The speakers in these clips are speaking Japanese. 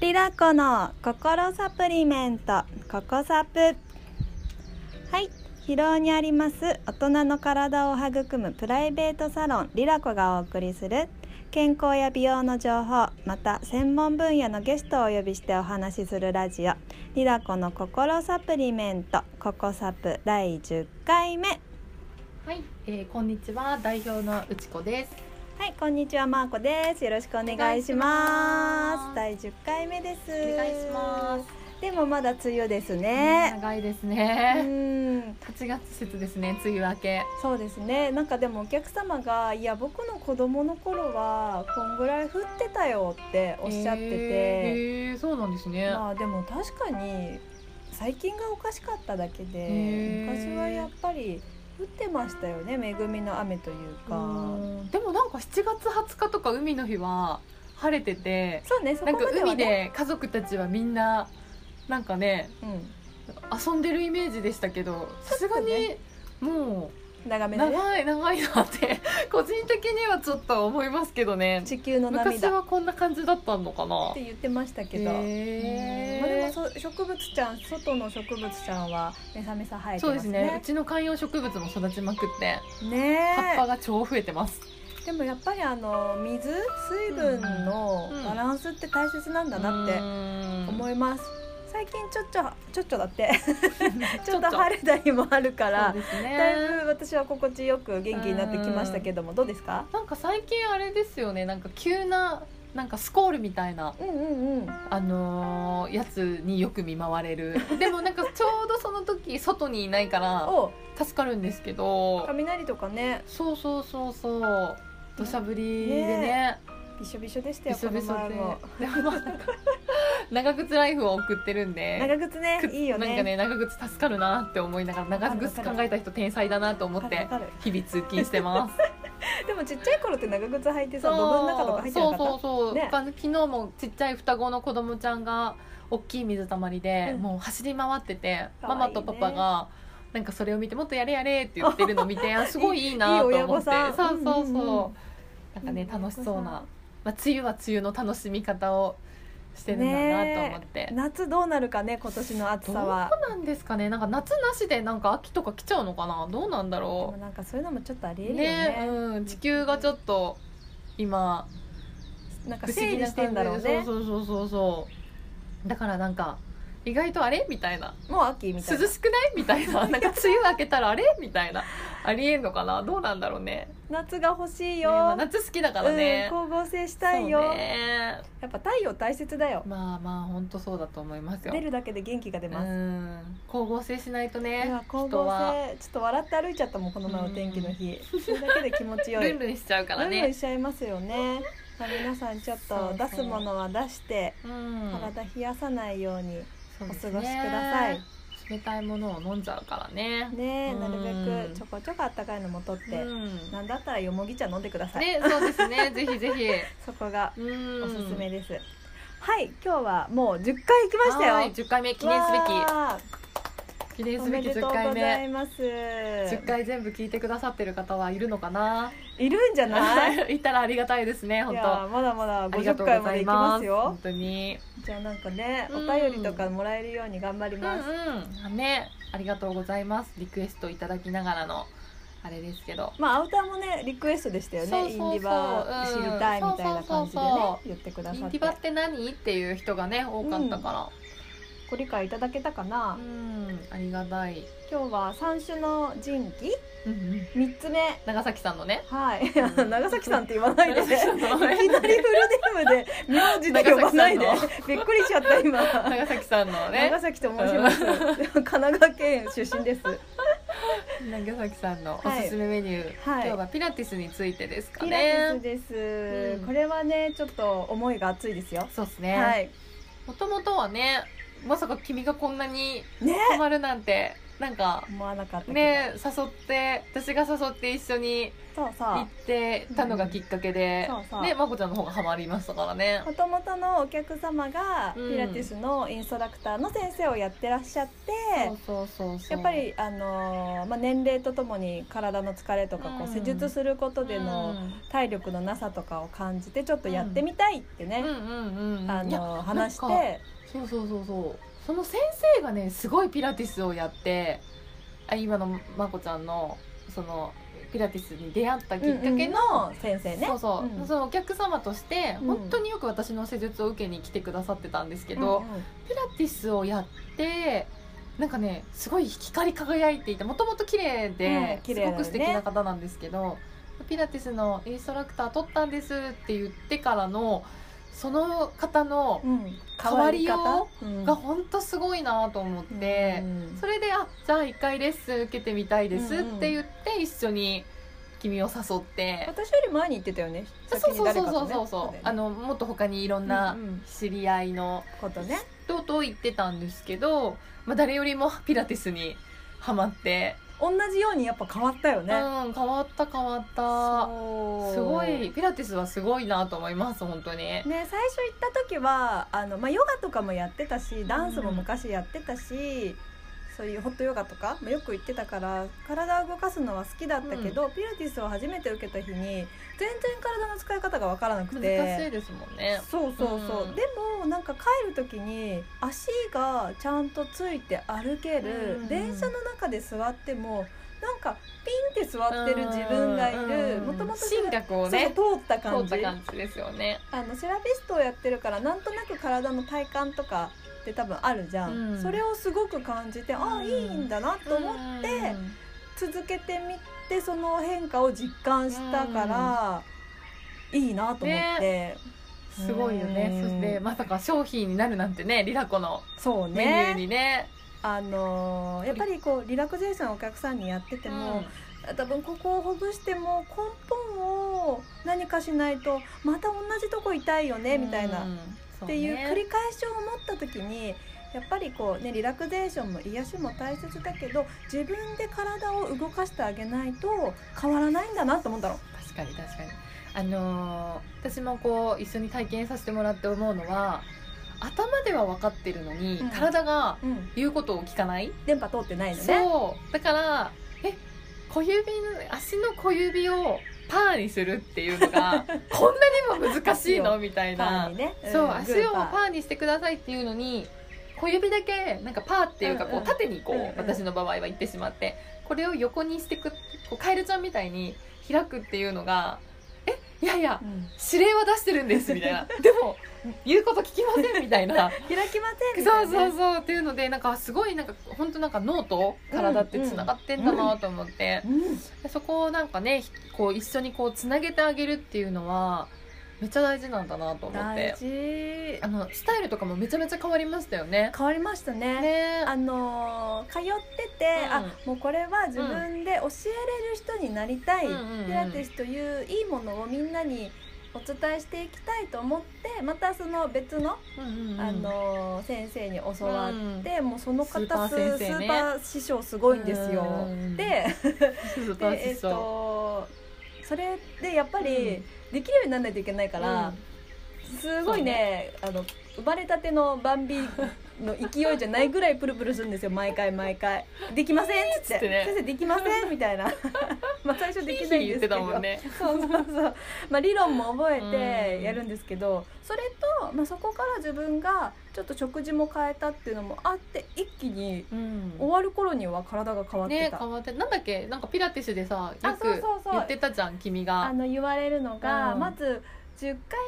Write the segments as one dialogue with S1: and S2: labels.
S1: りだこの心サプリメントココサプはい疲労にあります大人の体を育むプライベートサロンリラコがお送りする健康や美容の情報また専門分野のゲストをお呼びしてお話しするラジオリラコの心サプリメントココサプ第10回目
S2: はい、えー、こんにちは代表のうちこです。
S1: はい、こんにちは、まーこです。よろしくお願いします。
S2: お
S1: 第10回目です。
S2: お願いします。
S1: でもまだ梅雨ですね。
S2: 長いです
S1: う
S2: ね。
S1: ん、
S2: 8月節ですね。梅雨明け。
S1: そうですね。なんかでもお客様がいや僕の子供の頃はこんぐらい降ってたよっておっしゃってて、
S2: えー、そうなんですね。
S1: まあでも確かに最近がおかしかっただけで、
S2: へー
S1: 昔はやっぱり降ってましたよね。恵みの雨というか。
S2: うんでもなんか7月20日とか海の日は晴れてて、
S1: そうね、そこ
S2: なんか
S1: までは
S2: 海
S1: ね。
S2: で家族たちはみんななんかね
S1: うん、
S2: 遊んでるイメージでしたけど、さすがにも
S1: 長
S2: う
S1: めのね。
S2: 長い長いなって個人的にはちょっと思いますけどね。
S1: 地球の
S2: 昔
S1: 涙。
S2: はこんな感じだったのかな
S1: っ。て言ってましたけど、
S2: へー
S1: まあ、でもそ植物ちゃん外の植物ちゃんはめさめさ生えて
S2: そう
S1: ま
S2: ですすね
S1: ね
S2: うちの観葉植物も育ちまくって
S1: ね
S2: 葉っぱ
S1: え
S2: が超増えてます
S1: でもやっぱりあの水水分の
S2: うん
S1: バランスって大切なんだなって思
S2: い
S1: います、最近ちょっちょちょっちょだって ちょっと晴れた日もあるから、
S2: です
S1: だい
S2: ね
S1: ぶ私は心地よく元気になってきましたけどもどうですか
S2: なんか最近あれですよねなんか急ななんかスコールみたいな
S1: うんうんうん
S2: あのーやつによく見舞わ れるでもなんかちょうどその時外にいないから
S1: お
S2: 助かるんですけど
S1: 雷とかね
S2: そうそうそうそう土砂降りでね
S1: びしょびしょでした
S2: び
S1: よ
S2: しょびしょ
S1: この
S2: で
S1: 前も
S2: でもなんか長靴ライフを送ってるんで
S1: 長靴ね いいよね
S2: なんかね長靴助かるなって思いながら長靴考えた人天才だなと思
S1: わ
S2: っ
S1: かるわ
S2: て
S1: かる
S2: 日々通勤してます
S1: でもちっちゃい頃って長靴履いてさ土の中とか入ってなかった
S2: そうそうそう、
S1: ね
S2: あの昨日もちっちゃい双子の子供ちゃんが大きい水たまりで、
S1: うん
S2: もう走り回ってて、
S1: かわ
S2: マ
S1: いいね
S2: マとパパがなんかそれを見てもっとやれやれって言ってるの見 てあすごいいいなと
S1: いい親
S2: 思っ
S1: 御
S2: て
S1: さん
S2: そうそうそう、
S1: うんうんうん
S2: なんかね
S1: うん
S2: 楽しそうな、まあ、梅雨は梅雨の楽しみ方をしてるんだなと思って、
S1: 夏どうなるかね今年の暑さは
S2: どうなんですかねなんか夏なしでなんか秋とか来ちゃうのかなどうなんだ
S1: で
S2: ろ
S1: もなんかそういうのもちょっとありえ
S2: う
S1: るよね
S2: ねうん、地球がちょっと今
S1: なんか
S2: 不思
S1: 整
S2: 議
S1: 理
S2: な
S1: して
S2: 感
S1: ん
S2: じ
S1: だ
S2: で
S1: ろうね
S2: そうそうそうそうそうだからなんか意外とあれみたいな
S1: もう秋みたいな
S2: 涼しくないみた いななんか梅雨明けたらあれみたいなありえんのかなどうなんだろうね
S1: 夏が欲しい
S2: ねま
S1: よ、
S2: あ夏好きだからね、
S1: うん、光合成したいよ、
S2: そうね
S1: やっぱ太陽大切だよ
S2: まあまあ本当そうだと思いますよ
S1: 出るだけで元気が出
S2: う
S1: ます、
S2: ん光合成しないと
S1: い
S2: ね
S1: や光
S2: 人
S1: 合
S2: は
S1: 成ちょっと笑って歩いちゃったもんこの前お天気の 日、それだけで気持ちよい
S2: ルンルンしちゃうから
S1: ルン
S2: ね
S1: ルンしちゃいますよね、まあ、皆さんちょっと出すものは出して
S2: うん
S1: 体冷やさないように
S2: お
S1: お過ごしください、
S2: 冷たいものを飲んじゃうからね
S1: ねえ
S2: うん
S1: なるべくちょこちょこあったかいのも取って、
S2: うん
S1: なんだったらよもぎ茶飲んでください、
S2: ねそうですねぜひぜ
S1: そこが
S2: ひうん
S1: おすすめです、はい今日はもう10回行きましたよ
S2: はい10回目記念す
S1: わ
S2: べき記念
S1: ーお
S2: すべ
S1: め
S2: き
S1: でとうご
S2: 10回
S1: ざい
S2: 目
S1: ます
S2: 10回全部聞いてくださってる方はいるのかない
S1: るんじゃない
S2: いたらありがたいですね
S1: い
S2: 本
S1: や
S2: 当
S1: ーまだまだ
S2: ありがと
S1: 50
S2: うござ
S1: 回
S2: い
S1: ま
S2: ま
S1: ですいきますよ
S2: 本当に
S1: じゃあなんかねお
S2: うん
S1: 便りとかもらえるように頑張り
S2: う
S1: ます、
S2: んうんねありがとうございますリクエストいただきながらのあれですけど
S1: まあアウターもねリクエストでしたよね
S2: そうそうそう
S1: インディバー知りたいみたいな感じでね
S2: うんそうそうそうそう
S1: 言ってくだ
S2: イ
S1: さっ
S2: ン
S1: て
S2: ティバって何っていう人がね多かったか
S1: ご理解いただけたからな、
S2: うんありがたい
S1: 今日は三種の神器
S2: うんうん
S1: 三つ目
S2: 長崎さんのね
S1: はい
S2: う ん
S1: 長崎さんって言わないで、
S2: 長崎さんの
S1: いきなりフルネームで名字で呼ばないで
S2: 長
S1: びっくりしちゃった今
S2: 長崎さんのね
S1: 長崎と申し ます神奈川県出身です
S2: 長崎さんのおすすめメニュー、
S1: はい
S2: 今日はピラティスについてですか
S1: ピラティ
S2: ね
S1: スです、
S2: うん
S1: これはねちょっと思いが熱いですよ、
S2: そうですね、
S1: はい
S2: もともとはねまさか君がこんなに
S1: ね
S2: ハマるなんてなんか
S1: 思わなかったけど、
S2: ね誘って私が誘って一緒に
S1: そうそ
S2: 行っ
S1: う
S2: てたのがきっかけで、
S1: うんそうそう
S2: ねまこちゃんの方がハマりましたからね
S1: もともとのお客様が
S2: うん
S1: ピラティスのインストラクターの先生をやってらっしゃって、
S2: そうそうそう
S1: やっぱり、あのーまあ、年齢とともに体の疲れとかこう
S2: うん
S1: 施術することで
S2: う
S1: の
S2: ん
S1: 体力のなさとかを感じてちょっとやってみたいってね、
S2: うんうんうん
S1: あ
S2: いや
S1: のー話し
S2: なんか
S1: て
S2: そうそうそうそうその先生がねすごいピラティスをやってあ今のまこちゃんのそのピラティスに出会ったきっかけの、
S1: の先生ね。
S2: そうそう、
S1: うん
S2: そのお客様として
S1: うん
S2: 本当によく私の施術を受けに来てくださってたんですけど、
S1: うんうん
S2: ピラティスをやってなんかねすごい光り輝いていてもともと綺麗
S1: うん
S2: で、
S1: 綺
S2: す
S1: 麗だ
S2: ご
S1: よね
S2: く素敵な方なんですけど、ピラティスのインストラクター取ったんですって言ってからのその方の
S1: うん
S2: 変わりよ
S1: 変
S2: が
S1: わ
S2: 本当すごいなと思っ
S1: り方
S2: て、
S1: うん
S2: それで「あじゃあ一回レッスン受けてみたいです」
S1: うんうん
S2: って言って一緒に君を誘って。
S1: 私より前に行ってたよね
S2: そう
S1: 先
S2: そ
S1: に
S2: う
S1: 誰
S2: そ
S1: かと
S2: うそ
S1: ね
S2: うそうそう、あのもっと他にいろん
S1: う
S2: なん
S1: うん
S2: 知り合いの
S1: ことね
S2: 人と言ってたんですけど、まあ、誰よりもピラティスにハマって、
S1: 同じようにやっぱ変わったよね
S2: うん変わった変わった
S1: そう
S2: すごいピラティスはすごいなと思います本当に、
S1: ね、最初行った時はあの、まあ、ヨガとかもやってたしダンスも昔やってたし、そういうホットヨガとかもよく行ってたから体を動かすのは好きだったけど、ピラティスを初めて受けた日に全然体の使い方が分からなく
S2: 難
S1: て
S2: しいですもんね
S1: そうそうそう、
S2: うん
S1: でもなんか帰る時に足がちゃんとついて歩ける、
S2: うん
S1: 電車の中で座ってもなんかピンって座ってる自分がいるもともと
S2: 進学をね
S1: そう通った
S2: 通
S1: 感
S2: っ
S1: じ
S2: た感じですよね
S1: あのセラピストをやってるからなんとなく体の体感とかって多分あるじゃん、
S2: うん
S1: それをすごく感じて、ああ
S2: うん
S1: いいんだなと思って
S2: て
S1: 続けてみてその変化を実感したから、いいなと思って、
S2: すごいよね
S1: う
S2: そ
S1: ん
S2: してまさか商品になるなんてねリラコの
S1: そうね
S2: メニューにね
S1: あのーやっぱりこうリラクゼーションをお客さんにやってても、多分ここをほぐしても根本を何かしないとまた同じとこ痛いよね、みたいな
S2: うんそ
S1: っていう繰
S2: ね
S1: り返しを思った時にやっぱりこうねリラクゼーションも癒しも大切だけど自分で体を動かしてあげないと変わらないんだなと思ったの。
S2: 確かに確かにあのー私もこう一緒に体験させてもらって思うのは頭では分かってるのに、
S1: うん
S2: 体が
S1: うん、
S2: 言うことを聞かない、
S1: 電波通ってないのね。
S2: そうだからえ小指の足の小指をパーにするっていうの がこんなにも難しいのみたい
S1: パー
S2: な
S1: に、ね。ん
S2: そう
S1: グー
S2: 足を
S1: パ
S2: パーにしてくださいっていうのに小指だけなんかパーっていうか
S1: うん
S2: こ
S1: うん
S2: う縦にこう、
S1: うんうん
S2: 私の場合は行ってしまってこれを横にしてくこうカエルちゃんみたいに開くっていうのがえいやいや
S1: ー。うん
S2: 指令は出してるんですみた いなでも言うこと聞きませんみたいな
S1: 開きませんみたい
S2: そ
S1: うなね。
S2: そうそうっていうのでなんかすごいなんか本当なんか脳と体ってつながってんだなと思って。
S1: うん
S2: でそこをなんかねひこう一緒にこうつなげてあげるっていうのはめっちゃ大事なんだなと思っ
S1: 大
S2: て
S1: 事。
S2: あのスタイルとかもめちゃめちゃ変わりましたよね。
S1: 変わりましたね。
S2: ね
S1: あのー通ってて、
S2: うん
S1: あもうこれは自分で教えれる人になりたい、
S2: うんうんうん
S1: ピラティスといういいものをみんなにお伝えしていきたいと思ってまたその別の、あのー先生に教わって、もうその
S2: スーパ
S1: 方すス
S2: ー先生
S1: ー
S2: ね
S1: パー師匠すごいんですよ。 で
S2: スーパ
S1: で
S2: ー
S1: え
S2: シ
S1: っ
S2: ソー
S1: とそれでやっぱ
S2: う
S1: り
S2: ん
S1: できるようにならないといけないから。すごいねあの生まれたてのバンビの勢いじゃないぐらいプルプルするんですよ毎回毎回「できません」っつっ
S2: えーっつって
S1: 「
S2: ね
S1: 先生できません」みたい なまあ最初
S2: うん
S1: でき
S2: ヒーヒ
S1: な
S2: ー
S1: いんで
S2: 言っ
S1: すけ
S2: て
S1: ど
S2: たもんね。
S1: そうそうそう、まあ、理論も覚え
S2: う
S1: て
S2: ん
S1: やるんですけどそれと、まあ、そこから自分がちょっと食事も変えたっていうのもあって一気に
S2: うん
S1: 終わる頃には体が変わって
S2: ね
S1: た。
S2: 変わってなんだっけなんかピラティスでさ
S1: あ
S2: よく
S1: そうそうそう
S2: 言ってたじゃん君
S1: あ
S2: が。
S1: の言われるのが、
S2: うん
S1: まず10回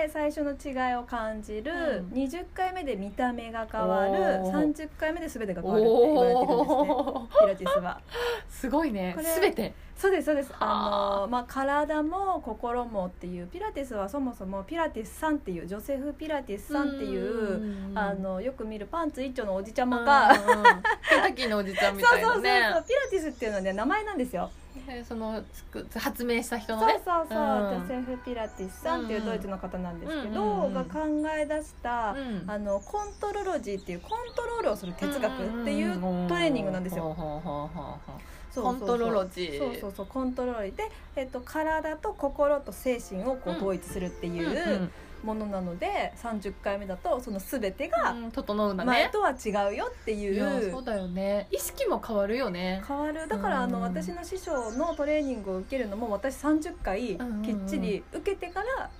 S1: 目で最初の違いを感じる、
S2: うん
S1: 20回目で見た目が変わる
S2: おー
S1: 30回目で全てが変わるって言われてるんですね
S2: おお
S1: ピラティスは。
S2: すごいね
S1: これ
S2: すべて。
S1: そうですそうですあ
S2: は
S1: の、まあ、体も心もっていうピラティスはそもそもピラティスさんっていうジョセフ・ピラティスさんっていう、
S2: う
S1: あのよく見るパンツ一丁のおじちゃ
S2: うん
S1: ま
S2: うん
S1: が。
S2: ケンタッキーのおじちゃ
S1: そう
S2: んみ
S1: そ
S2: た
S1: う
S2: い
S1: そうそ
S2: な
S1: う、
S2: ね
S1: ピラティスっていうのはね名前なんですよ
S2: でそのつく発明した
S1: そ
S2: 人
S1: う
S2: のね
S1: そうそう、
S2: うん
S1: ジョセフ・ピラティスさんっていうドイツの方なんですけど、
S2: うんうん
S1: が考え出した、
S2: うん
S1: あのコントロロジーっていうコントロールをする哲学っていうトレーニングなんですよ。
S2: ほうほうほうほうほう
S1: そう
S2: コ
S1: そう
S2: ン
S1: そう
S2: トロロジー
S1: そうそうそうコントロールで、えっと、体と心と精神をこう
S2: うん
S1: 統一するってい
S2: ん
S1: ううものなので、30回目だとその全てが
S2: うん整うんだね
S1: 前とは違うよって
S2: い
S1: い
S2: や
S1: う
S2: そうだよね意識も変わるよね
S1: 変わるだからあの
S2: うん
S1: 私の師匠のトレーニングを受けるのも私30回
S2: うんうんうん
S1: きっちり受けてから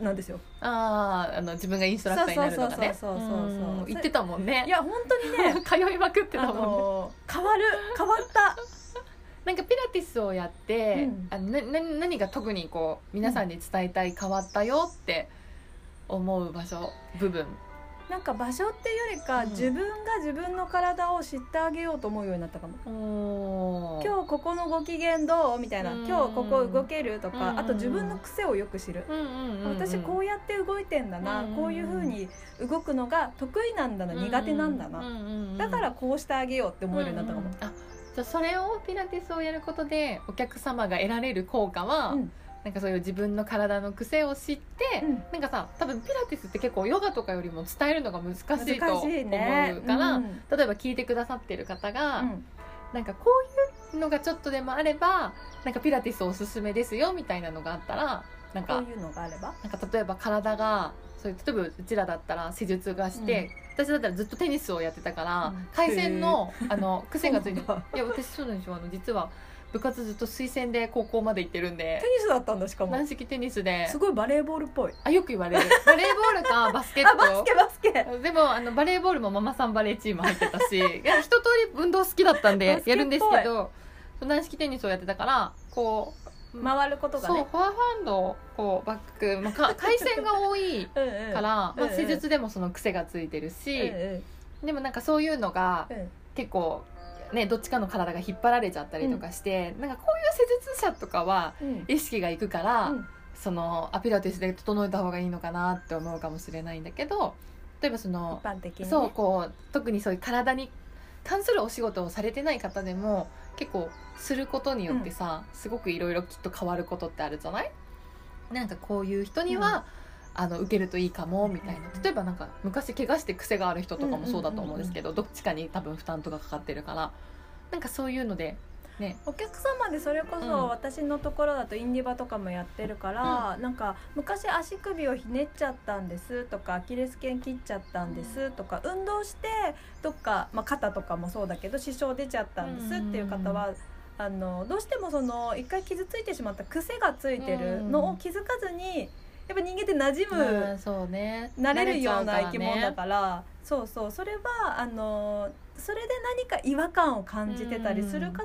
S1: なんですよ。
S2: あああの自分がインストラクターになるとかね
S1: そうそうそうそうそうそうん
S2: 言ってたもんね
S1: いや本当 にね
S2: 通いまくって
S1: あ
S2: たもんね
S1: の変わる変わった
S2: なんかピラティスをやって、
S1: うん
S2: あのなな何が特にこう皆さんに伝えたい変わったよって思う場所部分
S1: なんか場所っていうよりか、
S2: うん
S1: 自分が自分の体を知ってあげようと思うようになったかも。
S2: 今
S1: 今日ここのご機嫌どうみたいな
S2: うん
S1: 今日ここ動けると
S2: うんうんうん
S1: かあと自分の癖をよく知る
S2: うんうんうんうん、
S1: 私こうやって動いてんだな
S2: うんうんうん
S1: こういうふうに動くのが得意なんだな苦手なんだ
S2: う
S1: なん
S2: うんうん
S1: だからこうしてあげようって思えるようになったかも
S2: うんうんあじゃあそれをピラティスをやることでお客様が得られる効果は、
S1: うん
S2: なんかそういう自分の体の癖を知って、
S1: うん
S2: なんかさ多分ピラティスって結構ヨガとかよりも伝えるのが難し
S1: 難し
S2: いと思
S1: いね
S2: うから、
S1: うん
S2: 例えば聞いてくださってる方が、
S1: うん
S2: なんかこういうのがちょっとでもあればなんかピラティスおすすめですよみたいなのがあったらなん
S1: こ
S2: か
S1: ういうのがあれば
S2: なんか例えば体がそういう例えばうちらだったら施術がして、私だったらずっとテニスをやってたから、
S1: うん
S2: 回線のあの癖がついて
S1: そうなんだ
S2: いや私そうなんですよあの実は部活ずっと推薦で高校まで行ってるんで
S1: テ ニスだったんだしかも
S2: 軟式テニスです
S1: ごいバレーボールっぽい
S2: あよく言われるバレーボールかバスケッ ト
S1: あバスケバスケ
S2: でもあのバレーボールもママさんバレーチーム入ってた しいや一通り運動好きだったん
S1: バ
S2: で
S1: スケっぽい
S2: やるんですけど軟式テニスをやってたからこう、
S1: 回ることが
S2: そう
S1: ね
S2: フォアファンドをこうバック、まあ、か 回線が多い
S1: うんうん
S2: から、ま
S1: うん
S2: あ、施術でもその癖がついてる
S1: うん
S2: し、
S1: う
S2: でもなんかそういうのが
S1: んうん
S2: 結構、ね、どっちかの体が引っ張られちゃったりとかして、なんかこういう施術者とかは
S1: うん
S2: 意識がいくから、
S1: うん
S2: そのアピラティスで整えた方がいいのかなって思うかもしれないんだけど例えばその
S1: 一般的にね
S2: そうこう特にそういう体に関するお仕事をされてない方でも結構することによってさ、すごくいろいろきっと変わることってあるじゃないなんかこういう人には、あの受けるといいかもみたいな例えばなんか昔怪我して癖がある人とかもそうだと思うんですけど、どっちかに多分負担とかかかってるからなんかそういうのでね
S1: お客様でそれこ
S2: うん
S1: そ私のところだとインディバとかもやってるから、なんか昔足首をひねっちゃったんですとかアキレス腱切っちゃったんですとか、運動してどっか、まあ、肩とかもそうだけど支障出ちゃったんですっていう方は。あのどうしてもその一回傷ついてしまった癖がついてるのを気づかずにやっぱ人間って馴染む
S2: うんそうね
S1: なれるような生き物だ
S2: ら
S1: からそうそうそれはあのそれで何か違和感を感じてたりする方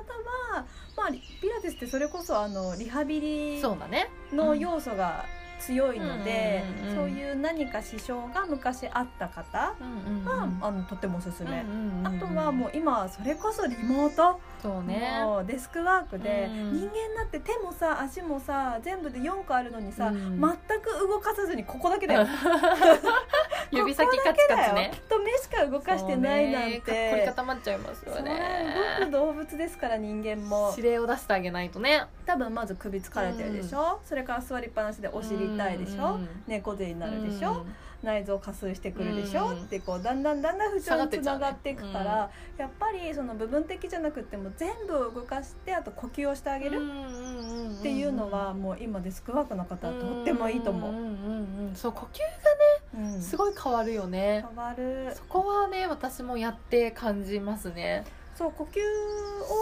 S1: は、まあ、リピラティスってそれこそあのリハビリ
S2: そうだね
S1: の要素が強いので
S2: うんうんうん
S1: そういう何か支障が昔あった方は、あのとてもおすすめ。あとはも
S2: う
S1: う今それこそリモート
S2: そうね
S1: のデスクワークで
S2: うん
S1: 人間だって手もさ足もさ全部で4個あるのにさ
S2: う
S1: 全
S2: ん
S1: く動かさずにここだけだ よ
S2: 指先カチカチね
S1: ここだけだよきっと目しか動かしてないなんて
S2: そうね凝り固まっちゃいますよね
S1: そう動く動物ですから人間も
S2: 指令を出してあげないとね
S1: 多分まず首疲れてるでしょ、それから座りっぱなしでお尻痛いでしょ、
S2: うん
S1: 猫背になるでしょ、内臓加水してくるでしょ、
S2: うん
S1: ってこうだんだんだんだん不調につな
S2: 下が
S1: が
S2: っ
S1: ってて
S2: っ
S1: い
S2: ちゃ
S1: く
S2: うね
S1: からやっぱりその部分的じゃなくても全部を動かしてあと呼吸をしてあげる
S2: る
S1: っていうのはもう今デスクワークの方はとってもいいと思う。
S2: うそう呼吸
S1: うん
S2: すごい変わるよね
S1: 変わる
S2: そこはね私もやって感じますね
S1: そう呼吸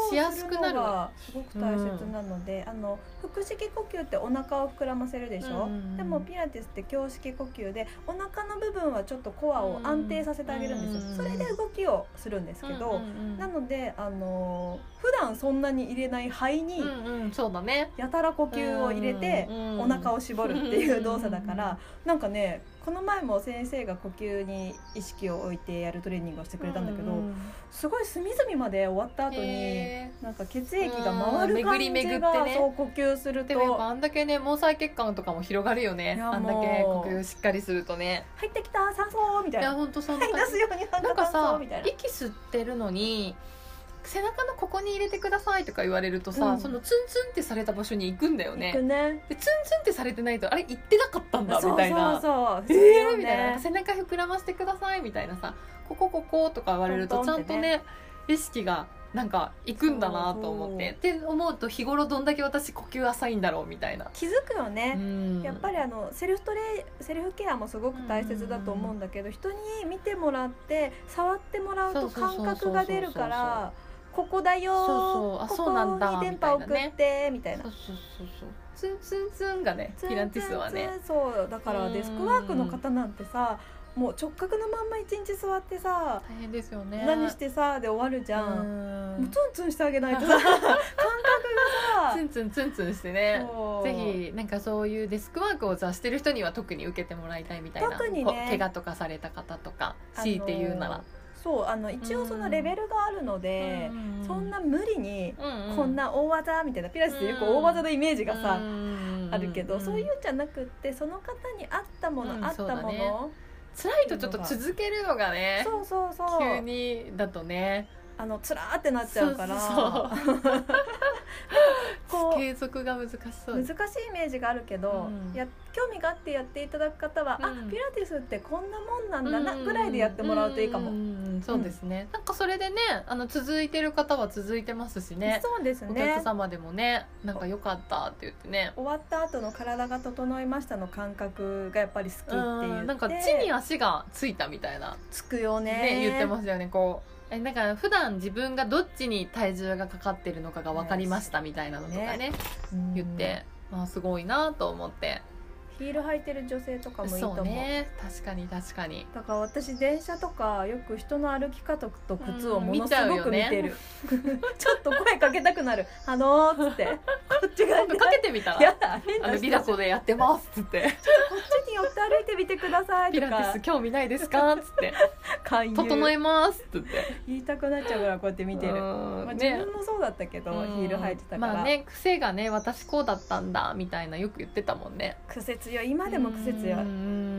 S1: を
S2: しやすくなる
S1: のがすごく大切なので、あの腹式呼吸ってお腹を膨らませるでしょ、
S2: うんうんうん
S1: でもピラティスって胸式呼吸でお腹の部分はちょっとコアを安定させてあげるんですよ、
S2: うんうん
S1: それで動きをするんですけど、
S2: うんうんうん
S1: なのであの普段そんなに入れない肺に
S2: うんうんそうだね
S1: やたら呼吸を入れて
S2: うんうん
S1: お腹を絞るっていう動作だか
S2: うんうん
S1: らなんかねこの前も先生が呼吸に意識を置いてやるトレーニングをしてくれたんだけど、
S2: うう
S1: すごい隅々まで終わった後に。
S2: へ
S1: なんか血液が回る
S2: うん
S1: 感
S2: 巡り
S1: じ
S2: 巡っ
S1: が、
S2: てね
S1: そう呼吸する
S2: ー
S1: と
S2: でもやっぱあんだけね毛細血管とかも広がるよね
S1: いや
S2: あんだけ
S1: も
S2: 呼
S1: う
S2: 吸しっかりするとね
S1: 入ってきた酸素みたい
S2: い
S1: な
S2: や
S1: は
S2: 本当そんない感
S1: 出
S2: じ
S1: すように
S2: なん
S1: 酸
S2: か
S1: 素
S2: さ
S1: みたいな
S2: 息吸ってるのに背中のここに入れてくださいとか言われるとさ、
S1: うん
S2: そのツンツンってされた場所に行くんだよ
S1: 行く
S2: ね。
S1: ね
S2: でツンツンってされてないとあれ行ってなかったんだ
S1: そう
S2: みたいな。
S1: そうそう
S2: え
S1: 不思議よ
S2: ーみたいななん
S1: ね
S2: か背中膨らませてくださいみたいなさこここことか言われるとち
S1: ト
S2: ゃ
S1: ントンってね
S2: んとね意識がなんか行くんだなと思ってって思うと日頃どんだけ私呼吸浅いんだろうみたいな。
S1: 気づくよね、やっぱ
S2: り
S1: りあのセルフトレセルフケアもすごく大切だと思うんだけど人に見てもらって触ってもらう
S2: そ
S1: と
S2: うそうそうそ
S1: 感
S2: う
S1: 覚が出るからここだよー
S2: そうそうあそうなん
S1: こ
S2: だ
S1: こに電波送
S2: みたいなね
S1: ってみたいな
S2: そうそうそうそうツンツンツンがね
S1: ツンツンツン
S2: ピラティスはね
S1: そうだからデスクワークの方なんてさもう直角のまんま一日座ってさ
S2: 大変ですよね
S1: 何してさで終わるじ
S2: う
S1: ゃんもうんツンツンしてあげ ないとさ感覚がさ
S2: ツンツンツンツンしてね
S1: そう
S2: ぜひなんかそういうデスクワークを座してる人には特に受けてもらいたいみたいな
S1: 特にね
S2: こ怪我とかされた方とか
S1: あの
S2: 強いて言うなら、
S1: そうあの一応そのレベルがあるのでそんな無理に
S2: うんうん
S1: こんな大技みたいなピラティスってよく大技のイメージがさ、
S2: うん
S1: あるけど、
S2: ん
S1: そういうんじゃなくってその方に合ったもの、
S2: うん
S1: 合ったも
S2: そう
S1: の
S2: だね辛いとちょっと続けるのがね
S1: そうそうそう
S2: 急にだとね
S1: あのつらーってなっちゃうから
S2: そうそうそう
S1: こ
S2: 継続が難しそうう
S1: 難しいイメージがあるけど、
S2: うん
S1: や興味があってやっていただく方は、
S2: う
S1: あ
S2: ん
S1: ピラティスってこんなもんなんだなぐらいでやってもらうといいかも、
S2: んうんうんそうですね、なんかそれでねあの続いてる方は続いてますしね
S1: そうです
S2: お客
S1: ね
S2: 様でもねなんか良かったって言ってね
S1: 終わった後の体が整いましたの感覚がやっぱり好きっていう
S2: うんなんか地に足がついたみたいな、
S1: つくよね
S2: ね、言ってますよねこうえなんか普段自分がどっちに体重がかかってるのかが分かりましたみたいなのとかね
S1: す、うん
S2: 言って、あすごいなと思って
S1: ヒール履いてる女性とかもいいと思
S2: そう
S1: う
S2: ね確かに確 かに
S1: だから私電車とかよく人の歩き方と靴をものすごく
S2: うん見
S1: 見
S2: ちゃう
S1: てる
S2: よ ね、
S1: ちょっと声かけたくなる「あのー」っつってこっち側
S2: 今
S1: に
S2: 度かけてみたら
S1: やだ変
S2: あ
S1: な
S2: の
S1: 人
S2: リラコでやってますっつって
S1: こっちに寄って歩いてみてください
S2: ピ
S1: と
S2: ラティ
S1: か
S2: ス興味ないですかっつって
S1: 勧誘
S2: 整えますっつって
S1: 言いたくなっちゃうからこうやって見てる、
S2: うん
S1: まあ、自
S2: ね
S1: 分もそうだったけど、ヒール履いてたから、
S2: まあね癖がね私こうだったんだみたいなよく言ってたもんね
S1: 癖強い今でも癖強いで
S2: で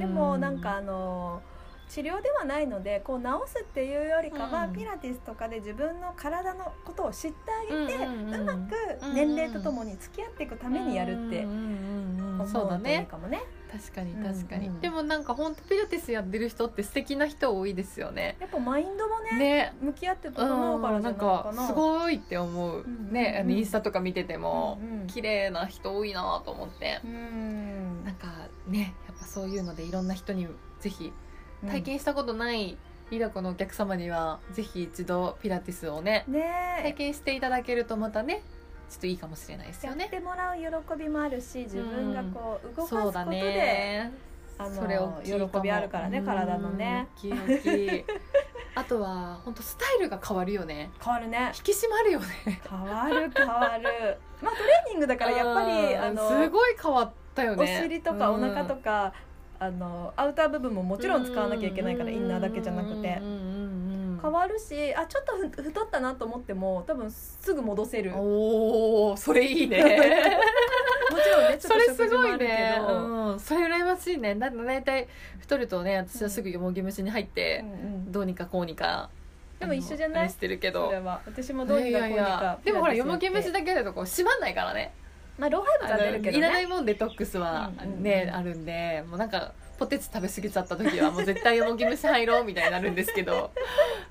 S1: もなんかあの治療ではないのでこう治すっていうよりかは、
S2: うん
S1: ピラティスとかで自分の体のことを知ってあげて、
S2: うんうんうん
S1: うまく年齢とともに付き合っていくためにやるって
S2: うんうんうんうん
S1: 思
S2: そうだ
S1: うといい
S2: ね
S1: かもね。
S2: 確かに確かに、
S1: うんうん
S2: でもなんか本当ピラティスやってる人って素敵な人多いですよね
S1: やっぱマインドもね
S2: ね
S1: 向き合って
S2: うん
S1: 整うからじゃない
S2: なん
S1: か
S2: か
S1: な。
S2: すごいって思
S1: う
S2: う、
S1: ん
S2: ねあ
S1: うん
S2: のインスタとか見てても
S1: うんうん
S2: 綺麗な人多いなと思って
S1: う、ん
S2: なんかねやっぱそういうのでいろんな人にぜひ
S1: うん
S2: 体験したことないリラコのお客様にはぜひ一度ピラティスをね体
S1: ね
S2: 験していただけるとまたねちょっといいかもしれないです
S1: や
S2: よ
S1: っ
S2: ね。
S1: てもらう喜びもあるし自分がこう動かす
S2: そう
S1: こと
S2: だ
S1: で、
S2: ね
S1: あの
S2: それ大きいかも
S1: 喜びあるからね体のね
S2: うん大きい大き いあとは本当スタイルが変わるよね
S1: 変わるね
S2: 引き締まるよね
S1: 変わる変わる まあトレーニングだからやっぱり
S2: うん
S1: あの
S2: すごい変わったよ
S1: お
S2: ね
S1: 尻とかお腹と
S2: か
S1: か、あのアウター部分ももちろん使わなきゃいけないから、インナーだけじゃなくて、変わるしあちょっとふ太ったなと思っても多分すぐ戻せるも
S2: おおそれい いね
S1: ちろんねちょ
S2: そ
S1: っ
S2: れ
S1: と食
S2: す
S1: 事も
S2: ご
S1: あ
S2: い
S1: るけ
S2: ね、
S1: ど、
S2: うん、それ羨ましいねだって大体太るとね私はすぐよもぎ虫に入って、
S1: うんうん
S2: どうにかこうにか
S1: でも一緒じゃない
S2: あのあれしてるけど
S1: それは私もどうにかこうに
S2: いやいや
S1: か
S2: でもほらよもぎ
S1: むし
S2: 虫だけだとこう閉まんないからね
S1: まあ老廃物は出るけど
S2: いらな
S1: ね
S2: いもんデトックスは
S1: うんうんうん
S2: ね、あるんでもうなんかポテチ食べ過ぎちゃった時はもう絶対よもぎ虫入ろうみたいになるんですけど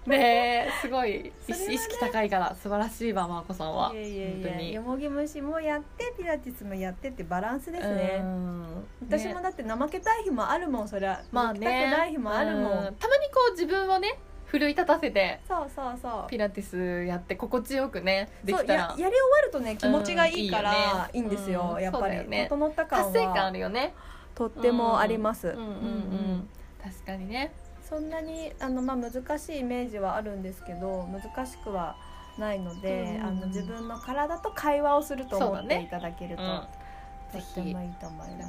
S2: ねえすごい
S1: そ
S2: 意
S1: れは
S2: 識
S1: ね
S2: 意識高いから素晴らしいわまーこさんはい
S1: やいやい
S2: 本当
S1: や
S2: に
S1: よもぎ虫もやってピラティスもやってってバランスです
S2: う
S1: ね
S2: ん
S1: 私も
S2: ね
S1: だって怠けたい日もあるもんそりゃ
S2: まあ
S1: 行きたく
S2: ね
S1: ない日もあるもん、
S2: うんたまにこう自分をね奮い立たせて
S1: そうそうそう
S2: ピラティスやって心地よくねで
S1: そ
S2: き
S1: う
S2: た
S1: や
S2: ら
S1: やり終わるとね気持ちがいいから、
S2: うん
S1: い
S2: い
S1: いん
S2: いよね
S1: ですよ、
S2: うん
S1: やっぱり、
S2: そうだよね
S1: 整った感は
S2: 達成感あるよね
S1: とってもあります、
S2: うんうんうん確かにね
S1: そんなにあの、まあ、難しいイメージはあるんですけど難しくはないので、
S2: うん
S1: あの自分の体と会話をすると
S2: そう
S1: 思
S2: だ
S1: って
S2: ね
S1: いただけると、と
S2: ぜ
S1: っ
S2: ひ
S1: てもいいと思いま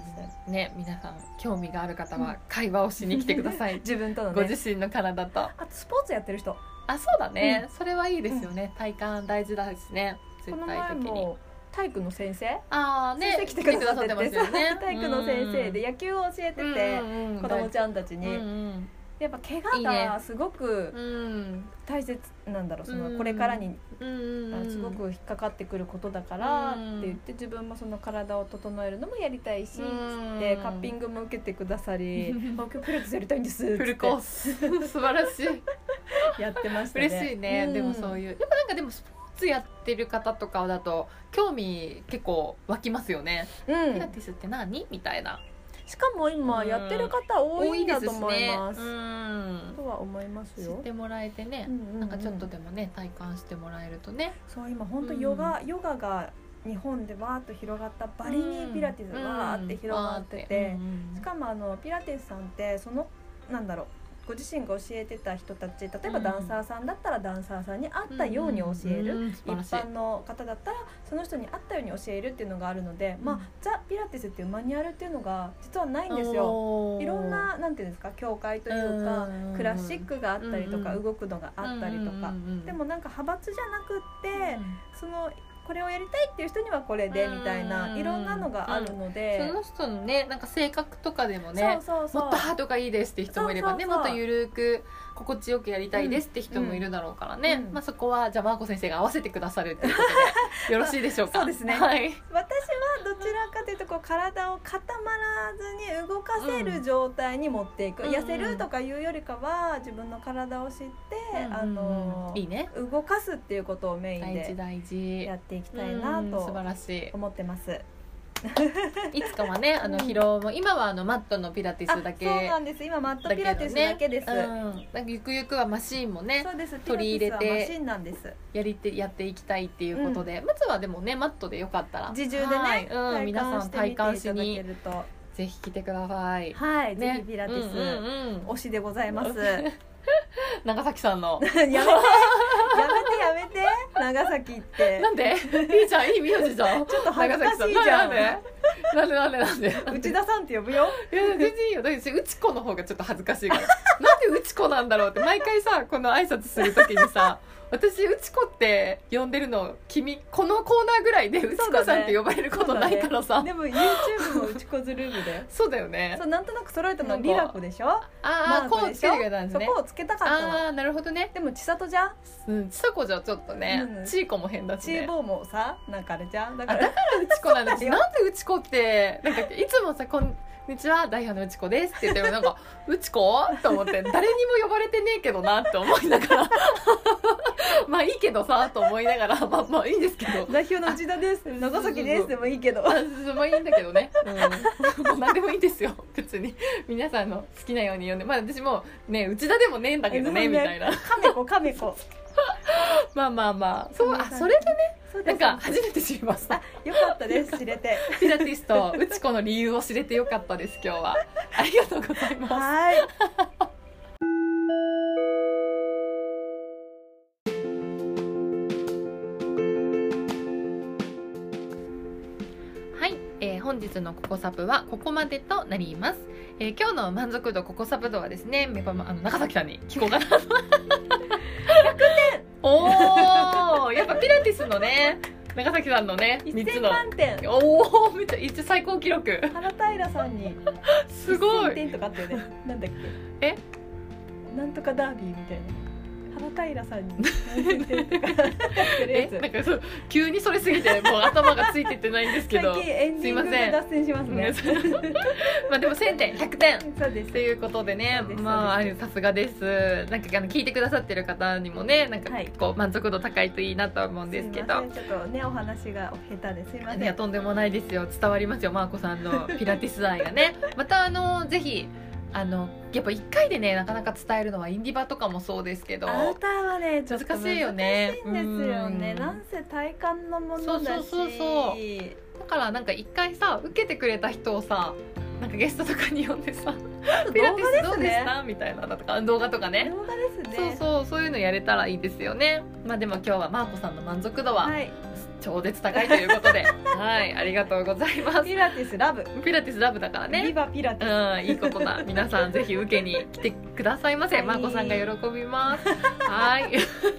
S1: す、
S2: ね皆さん興味がある方は会話をしに来てくだ さい
S1: 自分との
S2: ご
S1: ね
S2: 自身の体と
S1: あとスポーツやってる人
S2: あそうだね、それはいいですよね体感大事だしね
S1: こ
S2: 絶
S1: の前
S2: 対的に
S1: も体育の先生、
S2: ああね
S1: 先生来てくださってて
S2: 来てますよね
S1: 体育の先生で野球を教えてて、
S2: うんうんうん
S1: 子供ちゃんたちに、
S2: うんうん
S1: やっぱ怪我
S2: いいね
S1: がすごく
S2: うん
S1: 大切なんだろうそ
S2: うん
S1: のこれからに
S2: うんうん
S1: すごく引っかかってくることだからっ
S2: うん
S1: て言って自分もその体を整えるのもやりたいし、
S2: うん
S1: でカッピングも受けてくださり
S2: う
S1: 「
S2: ん
S1: あ今日プレートやりたいんです」
S2: フルコー
S1: ス
S2: ス素晴らしい
S1: やってましたね
S2: 嬉しいね、でもそう
S1: う
S2: いうやっぱなんかでもスポーツやってる方とかだと興味結構湧きますよね、
S1: ん、う
S2: ピラ
S1: ん、
S2: ティスって何みたいな
S1: しかも今やってる方多いんだと思います,、
S2: うん
S1: とは思います
S2: 知
S1: よ
S2: っ、てもらえてね、
S1: う
S2: なんかちょっとでもね体感してもらえるとね
S1: そう今本当ヨガ、ヨガが日本でわーっと広がったバリにピラティスがわーって広がってて、しかもあのピラティスさんってそのなんだろうご自身が教えてた人たち例えばダンサーさんだったらダンサーさんに合ったように教える、
S2: る
S1: 一般の方だったらその人に合ったように教えるっていうのがあるので、まあザ・ピラティスっていうマニュアルっていうのが実はないんですよ。
S2: よ
S1: いろんななんていうんですか教会というか、クラシックがあったりとか、
S2: うんうん
S1: 動くのがあったりとか、でもなんか派閥じゃなくって、そのこれをやりたいっていう人にはこれで
S2: うん
S1: みたいないろんなのがあるので、
S2: その人のねなんか性格とかでもね
S1: そうそうそう
S2: もっとハートがいいですって人もいればね
S1: そうそうそう
S2: もっとゆるく心地よくやりたいですって人もいるだろうからね、
S1: うんうん
S2: まあ、そこはじゃあマーコ先生が合わせてくださるっていうこ とでよろしいでしょうか
S1: そうですね
S2: はい、
S1: 私はどちらかというとこう体を固まらずに動かせる状態に持っていく、
S2: うん
S1: 痩せるとかいうよりかは自分の体を知って、あの
S2: いいね
S1: 動かすっていうことをメイン
S2: 大事
S1: で
S2: 大事
S1: やっていきたいな
S2: うん素晴
S1: と
S2: らし
S1: 思ってます。
S2: いいつかはねあ
S1: う
S2: の
S1: ん
S2: 疲労も今はあのマットのピラティ
S1: あ
S2: スだけ
S1: そうなんです今マットピラティスだけです。
S2: だけどねうんなんかゆくゆくはマシーンもね
S1: そうですピラテ
S2: 取り入
S1: ィ
S2: れ
S1: スは
S2: て
S1: マシンなんです。
S2: やりてやっていきたいっていうことで、まずはでもねマットでよかったら
S1: 自重で
S2: はい
S1: ね、
S2: うん、皆さん体感し
S1: してみてい
S2: に
S1: ただけると
S2: ぜひ来てください、
S1: はい、
S2: ね
S1: ぜひピラティス、
S2: うんうんうん
S1: 推しでござい ますや
S2: 長崎さんの
S1: めてやめてやめて長崎って
S2: なんでいいじゃんいい名字じゃ ん
S1: ちょっと恥ずかしいじゃん
S2: なんでなんでなんでなんで
S1: 内田さんって呼ぶよ
S2: いや全然いいよだってうちこの方がちょっと恥ずかし いからなんでうちこなんだろうって毎回さこの挨拶するときにさ私うちこって呼んでるの君このコーナーぐらいでうちこさんって呼ばれることないからさそう,、
S1: でも YouTube もうちこずルーム で
S2: だよね
S1: そうなんとなく揃えたのはリラコでしょ
S2: あ
S1: マ
S2: あ
S1: ー
S2: こ
S1: コ
S2: う
S1: で
S2: つ
S1: し
S2: け
S1: ょ
S2: てくれたんです
S1: そ
S2: ね
S1: こをつけたかったの
S2: ああなるほどね
S1: でも千里じゃん
S2: うんちさ子じゃちょっとね、
S1: うん
S2: ちいこも変だし
S1: チー
S2: ね
S1: ボーもさなんかあれじゃんだか
S2: あだ
S1: ら
S2: からうちこなんで
S1: そうだ
S2: す
S1: よ
S2: なんでうちこってなんかいつもさ「こんにちは代表のうちこです」って言ってもなんか 「うちこ?」と思って誰にも呼ばれてねえけどなって思いながら まあいいけどさと思いながらまあまあいいんですけど
S1: 代表の内田です長崎ですでもいいけど
S2: あそうまあいいんだけどね、うん、 もう何でもいいんですよ別に皆さんの好きなように呼んでまあ私もね内田でもねえんだけどね
S1: え
S2: みたいな
S1: カメコカメコ
S2: まあまあまあそうあそれでね
S1: そうです
S2: なんか初めて知りました
S1: よかったです知れ て
S2: ピラティスとうちこの理由を知れてよかったです今日はありがとうございます
S1: はい
S2: はい、えー本日のココサプはここまでとなります。えー今日の満足度ココサプ度はですね、やっぱまあの中崎さんに聞こうかな。100点。おお、やっぱピラティスのね、中崎さんのね、三つ
S1: 1000
S2: の。
S1: 万点
S2: おお、めっちゃ一応最高記録。
S1: 原平さんに
S2: すご
S1: 1000
S2: い。
S1: 点とかあったよねなんだっけ
S2: え
S1: なんとかダービーみたいな原平さ んに何千点とかやってる
S2: え
S1: や、つ
S2: なんかそう急にそれすぎてもう頭がついてってないんですけ
S1: 最
S2: ど
S1: 近。エンディング
S2: すい
S1: で
S2: ま
S1: 脱線しますね
S2: まあでも1000点、100点。
S1: そうです
S2: ということでね
S1: そうで、す
S2: まあ
S1: そう
S2: あのさすがです。なんかあの聞いてくださってる方にもね、なんか
S1: はい
S2: こう満足度高いといいなとは思うんですけど
S1: い。ませんちょっとねお話が下手ですいませ
S2: いや
S1: ん
S2: とんでもないですよ。伝わりますよ、マーコさんのピラティス愛がね。 またあのぜひあのやっぱ一回でねなかなか伝えるのはインディバとかもそうですけど、
S1: アウターはねちょっと
S2: 難しいよね。
S1: 難しいんですよね
S2: うん
S1: なんせ体感のものだし
S2: そうそうそうそうだからなんか一回さ受けてくれた人をさ。なんかゲストとかに呼んでさ
S1: あと
S2: 「ピラ
S1: 動
S2: テ
S1: 画
S2: ィス
S1: で
S2: ど
S1: す
S2: うでし
S1: ね
S2: た?」みたいなのとか動画とかね
S1: 動画ですね
S2: そうそうそういうのやれたらいいですよねまあでも今日はマーコさんの満足度は
S1: はい
S2: 超絶高いということではいありがとうございます
S1: ピラティスラブ
S2: ピラティスラブだから
S1: ビ
S2: ね
S1: バピラティス
S2: うんいいことだ皆さんぜひ受けに来てくくださいませ、
S1: はい
S2: まこさんが喜びますはい、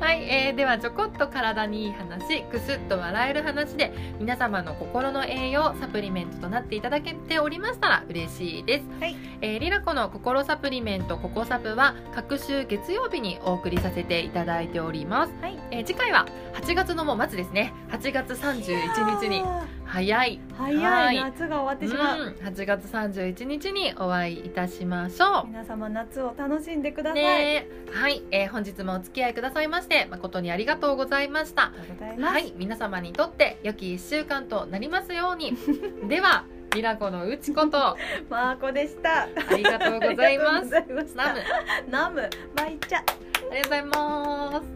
S2: はいえーではちょこっと体にいい話くすっと笑える話で皆様の心の栄養サプリメントとなっていただけておりましたら嬉しいです、
S1: はい
S2: えーリラコの心サプリメントココサプは各週月曜日にお送りさせていただいております、
S1: はい
S2: えー次回は8月のもう末ですね8月31日に早い
S1: 早い夏が終わってしまう、
S2: うん、8月31日にお会いいたしましょ
S1: 皆様夏を楽しんでくだ
S2: う
S1: さい、
S2: ねえはい、えー本日もお付き合いくださいまして誠にありがとうございました
S1: ありがとうございます、
S2: はい皆様にとって良き1週間となりますよ うにではリラコのうちことあ
S1: マーコでした
S2: りがとうございます
S1: ありがとうございました
S2: ナムあ
S1: ナムバイチャ
S2: りがとうございます